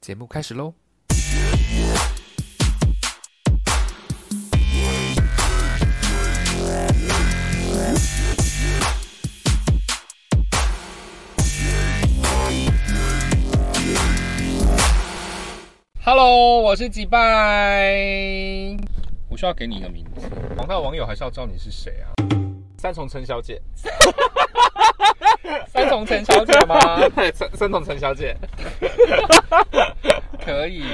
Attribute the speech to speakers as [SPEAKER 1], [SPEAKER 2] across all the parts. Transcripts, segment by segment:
[SPEAKER 1] 节目开始喽！
[SPEAKER 2] Hello，我是吉拜。我需要给你一个名字，广大网友还是要知道你是谁啊？
[SPEAKER 3] 三重陈小姐，
[SPEAKER 2] 三重陈小姐吗？
[SPEAKER 3] 对，三三重陈小姐，
[SPEAKER 2] 可以。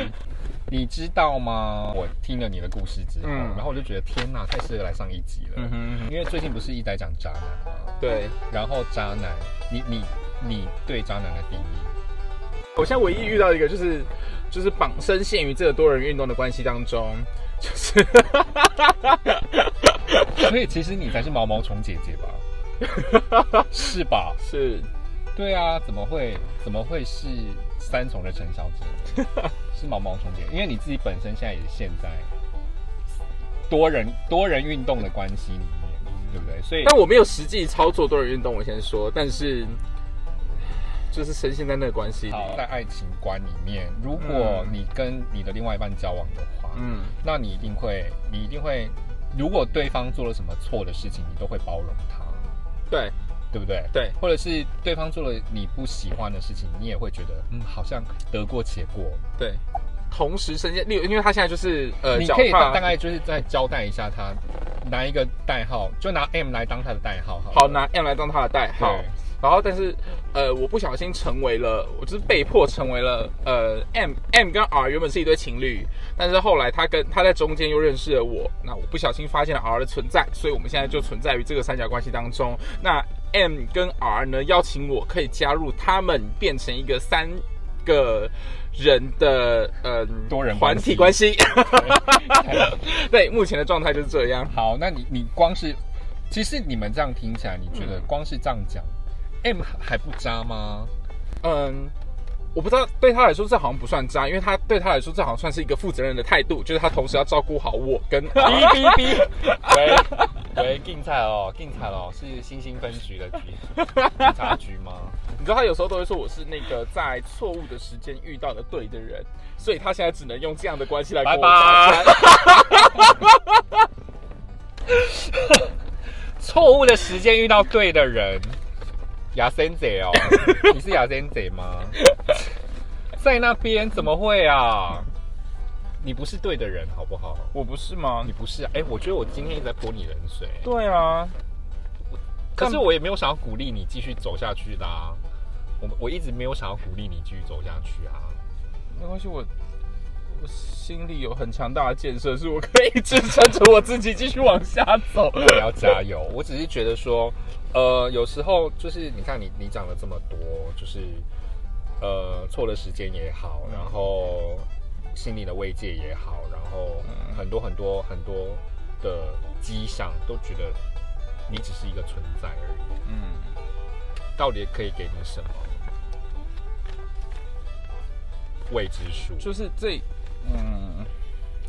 [SPEAKER 2] 你知道吗？我听了你的故事之后，
[SPEAKER 3] 嗯
[SPEAKER 2] 然后我就觉得天哪，太适合来上一集了。
[SPEAKER 3] 哼，
[SPEAKER 2] 因为最近不是一直在讲渣男吗？
[SPEAKER 3] 对
[SPEAKER 2] 然后渣男，你你你对渣男的定义？
[SPEAKER 3] 我现在唯一遇到一个就是就是绑深陷于这个多人运动的关系当中，就是
[SPEAKER 2] 所以其实你才是毛毛虫姐姐吧？是吧？
[SPEAKER 3] 是
[SPEAKER 2] 对啊，怎么会怎么会是三重的陈小姐？是毛毛虫姐，因为你自己本身现在也陷在多人多人运动的关系里面，对不对？所以
[SPEAKER 3] 但我没有实际操作多人运动，我先说，但是就是深陷在那个关系里，
[SPEAKER 2] 好，在爱情观里面，如果
[SPEAKER 3] 嗯
[SPEAKER 2] 你跟你的另外一半交往的话，
[SPEAKER 3] 嗯，
[SPEAKER 2] 那你一定会你一定会，如果对方做了什么错的事情，你都会包容他，
[SPEAKER 3] 对
[SPEAKER 2] 对不对？
[SPEAKER 3] 对，
[SPEAKER 2] 或者是对方做了你不喜欢的事情，你也会觉得嗯，好像得过且过，
[SPEAKER 3] 对，同时深陷，例如因为他现在就是呃，
[SPEAKER 2] 你
[SPEAKER 3] 脚
[SPEAKER 2] 可以大
[SPEAKER 3] 怕
[SPEAKER 2] 大概就是再交代一下他，拿一个代号，就拿 M 来当他的代号好了。
[SPEAKER 3] 好拿 M 来当他的代
[SPEAKER 2] 对
[SPEAKER 3] 号。然后，但是，呃，我不小心成为了，我就是被迫成为了，呃，M M 跟 R 原本是一对情侣，但是后来他跟他在中间又认识了我，那我不小心发现了 R 的存在，所以我们现在就存在于这个三角关系当中。那 M 跟 R 呢邀请我可以加入他们，变成一个三个人的呃
[SPEAKER 2] 多人关
[SPEAKER 3] 团
[SPEAKER 2] 系
[SPEAKER 3] 体关系。
[SPEAKER 2] 对
[SPEAKER 3] 对，目前的状态就是这样。
[SPEAKER 2] 好，那你你光是，其实你们这样听起来，你觉得光是这样讲、m 还不渣吗？
[SPEAKER 3] 嗯，我不知道对他来说这好像不算渣，因为他对他来说这好像算是一个负责任的态度，就是他同时要照顾好我跟
[SPEAKER 2] 哔哔哔！喂喂，竞菜哦，竞菜哦，是新兴分局的局警察局吗？
[SPEAKER 3] 你知道他有时候都会说我是那个在错误的时间遇到了对的人，所以他现在只能用这样的关系来跟我 搭讪。
[SPEAKER 2] 错误的时间遇到对的人，雅森姐哦，你是雅森姐吗？在那边怎么会啊？你不是对的人，好不好？
[SPEAKER 3] 我不是吗
[SPEAKER 2] 你？不是、啊，哎、我觉得我今天一直在泼你冷水，
[SPEAKER 3] 对啊，
[SPEAKER 2] 可是我也没有想要鼓励你继续走下去的、啊，我我一直没有想要鼓励你继续走下去啊。
[SPEAKER 3] 没关系，我我心里有很强大的建设，是我可以支撑着我自己继续往下走。
[SPEAKER 2] 那你要加油。我只是觉得说，呃，有时候就是你看你你讲了这么多，就是呃错的时间也好，然后心灵的慰藉也好，然后很多很多很多的迹象都觉得你只是一个存在而已，
[SPEAKER 3] 嗯，
[SPEAKER 2] 到底可以给你什么？未知数，
[SPEAKER 3] 就是这，嗯，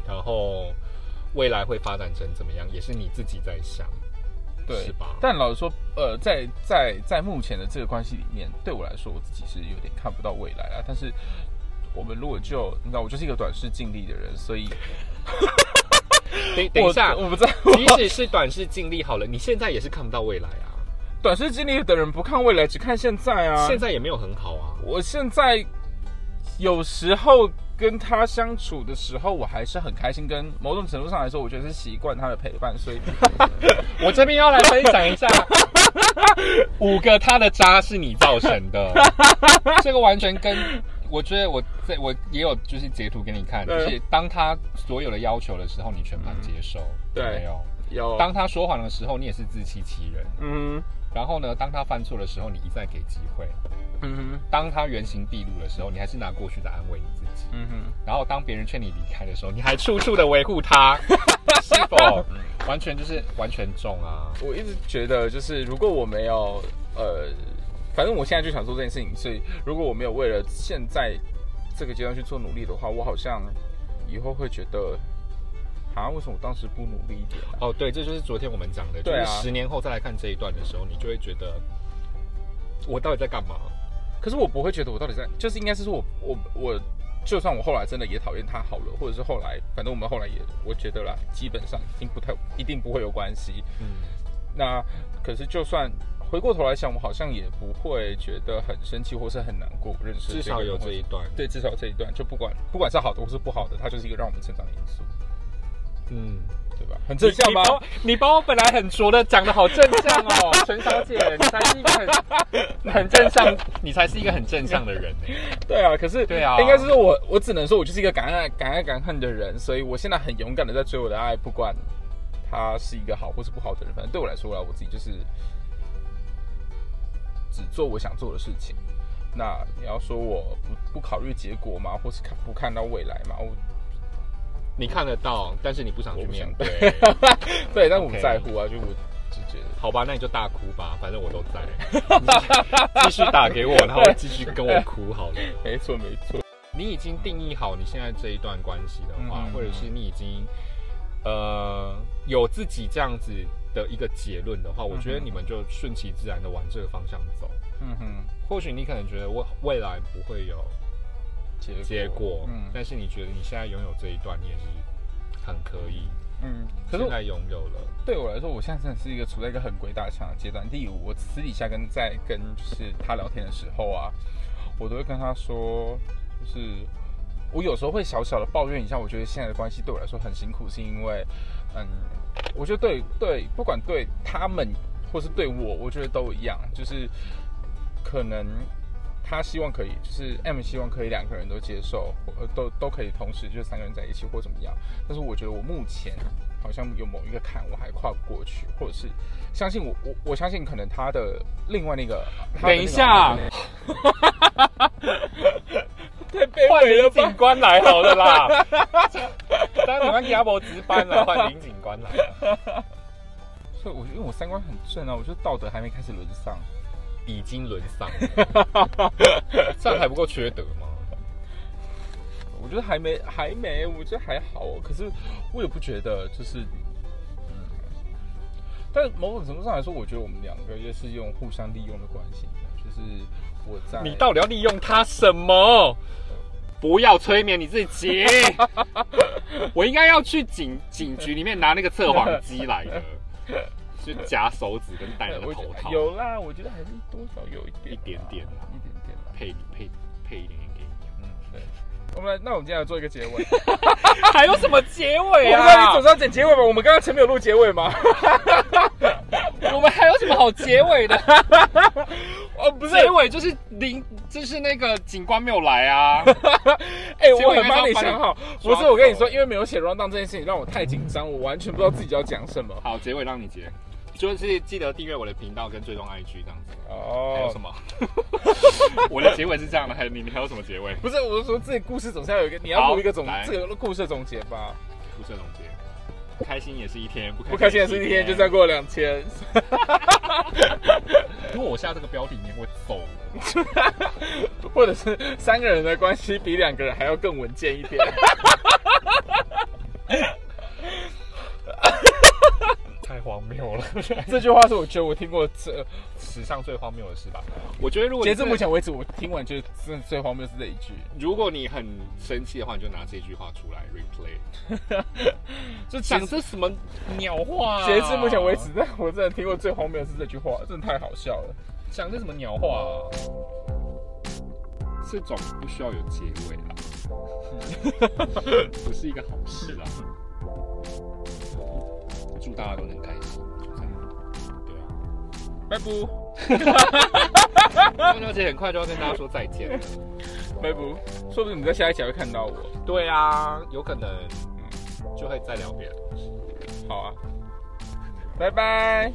[SPEAKER 2] 然后未来会发展成怎么样，也是你自己在想，
[SPEAKER 3] 对
[SPEAKER 2] 是吧？
[SPEAKER 3] 但老实说，呃，在在在目前的这个关系里面，对我来说，我自己是有点看不到未来啊。但是我们如果就你知道，我就是一个短视尽力的人，所以
[SPEAKER 2] 等等一下，
[SPEAKER 3] 我我不知道，
[SPEAKER 2] 即使是短视尽力好了，你现在也是看不到未来啊，
[SPEAKER 3] 短视尽力的人不看未来，只看现在啊。
[SPEAKER 2] 现在也没有很好啊。
[SPEAKER 3] 我现在有时候跟他相处的时候，我还是很开心。跟某种程度上来说，我觉得是习惯他的陪伴，所以
[SPEAKER 2] 我这边要来分享一下， 五个他的渣是你造成 的，这个完全跟我觉得我在我也有就是截图给你看，就
[SPEAKER 3] 对
[SPEAKER 2] 是当他所有的要求的时候，你全盘接受，
[SPEAKER 3] 对
[SPEAKER 2] 有没有。
[SPEAKER 3] 有
[SPEAKER 2] 当他说谎的时候，你也是自欺欺人。
[SPEAKER 3] 嗯
[SPEAKER 2] 然后呢，当他犯错的时候，你一再给机会；
[SPEAKER 3] 嗯哼
[SPEAKER 2] 当他原形毕露的时候，你还是拿过去在安慰你自己。
[SPEAKER 3] 嗯哼，
[SPEAKER 2] 然后当别人劝你离开的时候，你还处处的维护 他，是否嗯完全就是完全中啊？
[SPEAKER 3] 我一直觉得，就是如果我没有呃，反正我现在就想做这件事情，所以如果我没有为了现在这个阶段去做努力的话，我好像以后会觉得，啊，为什么我当时不努力一点、啊？
[SPEAKER 2] 哦，对，这就是昨天我们讲的，就
[SPEAKER 3] 对啊
[SPEAKER 2] 是十年后再来看这一段的时候，你就会觉得我到底在干嘛？
[SPEAKER 3] 可是我不会觉得我到底在，就是应该是说我我我就算我后来真的也讨厌他好了，或者是后来，反正我们后来也，我觉得啦，基本上已经不太一定不会有关系。
[SPEAKER 2] 嗯，
[SPEAKER 3] 那可是就算回过头来想，我好像也不会觉得很生气或是很难过。认识
[SPEAKER 2] 至
[SPEAKER 3] 这个
[SPEAKER 2] 少
[SPEAKER 3] 人
[SPEAKER 2] 有这
[SPEAKER 3] 或是
[SPEAKER 2] 一段。
[SPEAKER 3] 对，至少有这一段，就不管不管是好的或是不好的，它就是一个让我们成长的因素，
[SPEAKER 2] 嗯，
[SPEAKER 3] 对吧？很正向吗
[SPEAKER 2] 你？把我你把我本来很拙的讲的好正向 哦，陈小姐，你才是一个 很很正向，你才是一个很正向的人呢。
[SPEAKER 3] 对啊，可是
[SPEAKER 2] 对啊
[SPEAKER 3] 应该是说我我只能说我就是一个敢爱敢爱敢恨的人，所以我现在很勇敢的在追我的爱，不管他是一个好或是不好的人，反正对我来说啦，我自己就是只做我想做的事情。那你要说我不不考虑结果吗？或是看不看到未来吗？我
[SPEAKER 2] 你看得到，但是你不想去面对。
[SPEAKER 3] 对，但我不
[SPEAKER 2] OK
[SPEAKER 3] 在乎啊，就我就觉得。
[SPEAKER 2] 好吧，那你就大哭吧，反正我都在。 你继续打给我，然后继续跟我哭好了。
[SPEAKER 3] 没错，没错。
[SPEAKER 2] 你已经定义好你现在这一段关系的话，
[SPEAKER 3] 嗯
[SPEAKER 2] 或者是你已经呃有自己这样子的一个结论的话，我觉得你们就顺其自然的往这个方向走。
[SPEAKER 3] 嗯哼，
[SPEAKER 2] 或许你可能觉得我未来不会有
[SPEAKER 3] 结果
[SPEAKER 2] 结果，
[SPEAKER 3] 嗯
[SPEAKER 2] 但是你觉得你现在拥有这一段，你也是很可以。
[SPEAKER 3] 嗯。可是
[SPEAKER 2] 现
[SPEAKER 3] 我
[SPEAKER 2] 在拥有了，
[SPEAKER 3] 对我来说，我现在真的是一个处在一个很鬼打墙的阶段。第一，我私底下跟在跟就是他聊天的时候啊，我都会跟他说，就是我有时候会小小的抱怨一下，我觉得现在的关系对我来说很辛苦，是因为，嗯，我觉得对对，不管对他们或是对我，我觉得都一样，就是可能他希望可以，就是 M 希望可以两个人都接受，呃，都都可以同时就三个人在一起或怎么样。但是我觉得我目前好像有某一个坎我还跨不过去，或者是相信我我我相信可能他的另外那个，他
[SPEAKER 2] 等
[SPEAKER 3] 的
[SPEAKER 2] 一
[SPEAKER 3] 另外
[SPEAKER 2] 下
[SPEAKER 3] 那个太卑
[SPEAKER 2] 换
[SPEAKER 3] 微了
[SPEAKER 2] 林
[SPEAKER 3] 吧
[SPEAKER 2] 警？官来好了啦。 当然你们鸭脖值班 了，换林警官来了，
[SPEAKER 3] 所以我因为我三观很正啊，我觉得道德还没开始沦丧。
[SPEAKER 2] 已经沦丧了，这样还不够缺德吗？
[SPEAKER 3] 我觉得还没还没，我觉得还好哦。可是我也不觉得就是，嗯，但某种程度上来说，我觉得我们两个也是用互相利用的关系，就是我在
[SPEAKER 2] 你到底要利用他什么？不要催眠你自 己。我应该要去警警局里面拿那个测谎机来的，去夹手指跟戴那
[SPEAKER 3] 我
[SPEAKER 2] 个
[SPEAKER 3] 觉
[SPEAKER 2] 头
[SPEAKER 3] 得
[SPEAKER 2] 套，
[SPEAKER 3] 有啦，我觉得还是多少有一点
[SPEAKER 2] 一点点
[SPEAKER 3] 啦
[SPEAKER 2] 啦，
[SPEAKER 3] 一点点啦。
[SPEAKER 2] 配配配一点点给你。
[SPEAKER 3] 嗯，对。我们来，那我们今天来做一个结尾。
[SPEAKER 2] 还有什么结尾
[SPEAKER 3] 我不知道你
[SPEAKER 2] 啊
[SPEAKER 3] 总？是要剪结尾吧？我们刚刚前面有录结尾吗？
[SPEAKER 2] 我们还有什么好结尾 的？
[SPEAKER 3] 哦，不是，
[SPEAKER 2] 结尾就是零，就是那个警官没有来啊。
[SPEAKER 3] 哎、
[SPEAKER 2] 结
[SPEAKER 3] 我
[SPEAKER 2] 尾
[SPEAKER 3] 很
[SPEAKER 2] 应该
[SPEAKER 3] 帮
[SPEAKER 2] 是
[SPEAKER 3] 你
[SPEAKER 2] 要把
[SPEAKER 3] 想
[SPEAKER 2] 你
[SPEAKER 3] 好，不
[SPEAKER 2] 抓
[SPEAKER 3] 是我跟你说，
[SPEAKER 2] 走
[SPEAKER 3] 因为没有写 round down 这件事情让我太紧张，我完全不知道自己要讲什么。
[SPEAKER 2] 好，结尾让你结，就是记得订阅我的频道跟追踪 IG 这样子。还有
[SPEAKER 3] 哦
[SPEAKER 2] 什，么？ 我的结尾是这样的，还有你们还有什么结尾？
[SPEAKER 3] 不是，我是说自己故事总是要有一个，你要
[SPEAKER 2] 好
[SPEAKER 3] 录一个总
[SPEAKER 2] 来
[SPEAKER 3] 这个故事的总结吧。
[SPEAKER 2] 不是总结，开心也是一天，不
[SPEAKER 3] 不开心的
[SPEAKER 2] 也
[SPEAKER 3] 是一
[SPEAKER 2] 一
[SPEAKER 3] 天，就这样。过了两千。
[SPEAKER 2] 如果我下这个标题，你会走了。
[SPEAKER 3] 或者是三个人的关系比两个人还要更稳健一 点。
[SPEAKER 2] 太荒谬了，
[SPEAKER 3] 这句话是我觉得我听过这
[SPEAKER 2] 史上最荒谬的 事吧？我觉得如果你
[SPEAKER 3] 截至
[SPEAKER 2] 真的
[SPEAKER 3] 目，前为止，我听完觉得真的最荒谬是这一句，
[SPEAKER 2] 如果你很生气的话，你就拿这句话出来 replay。
[SPEAKER 3] 就截
[SPEAKER 2] 讲这什么鸟话、啊？
[SPEAKER 3] 截至目前为止，但我真的听过最荒谬的是这句话，真的太好笑了。
[SPEAKER 2] 讲这什么鸟话、啊？这种不需要有结尾啦， 不是一个好事啦。祝大家都能开心，就这样。对啊。
[SPEAKER 3] 拜拜。
[SPEAKER 2] 万小姐很快就要跟大家说再见了。
[SPEAKER 3] 拜拜，说不定你在下一集还会看到我。
[SPEAKER 2] 对啊，有可能嗯就会再聊别的。
[SPEAKER 3] 好啊，拜拜。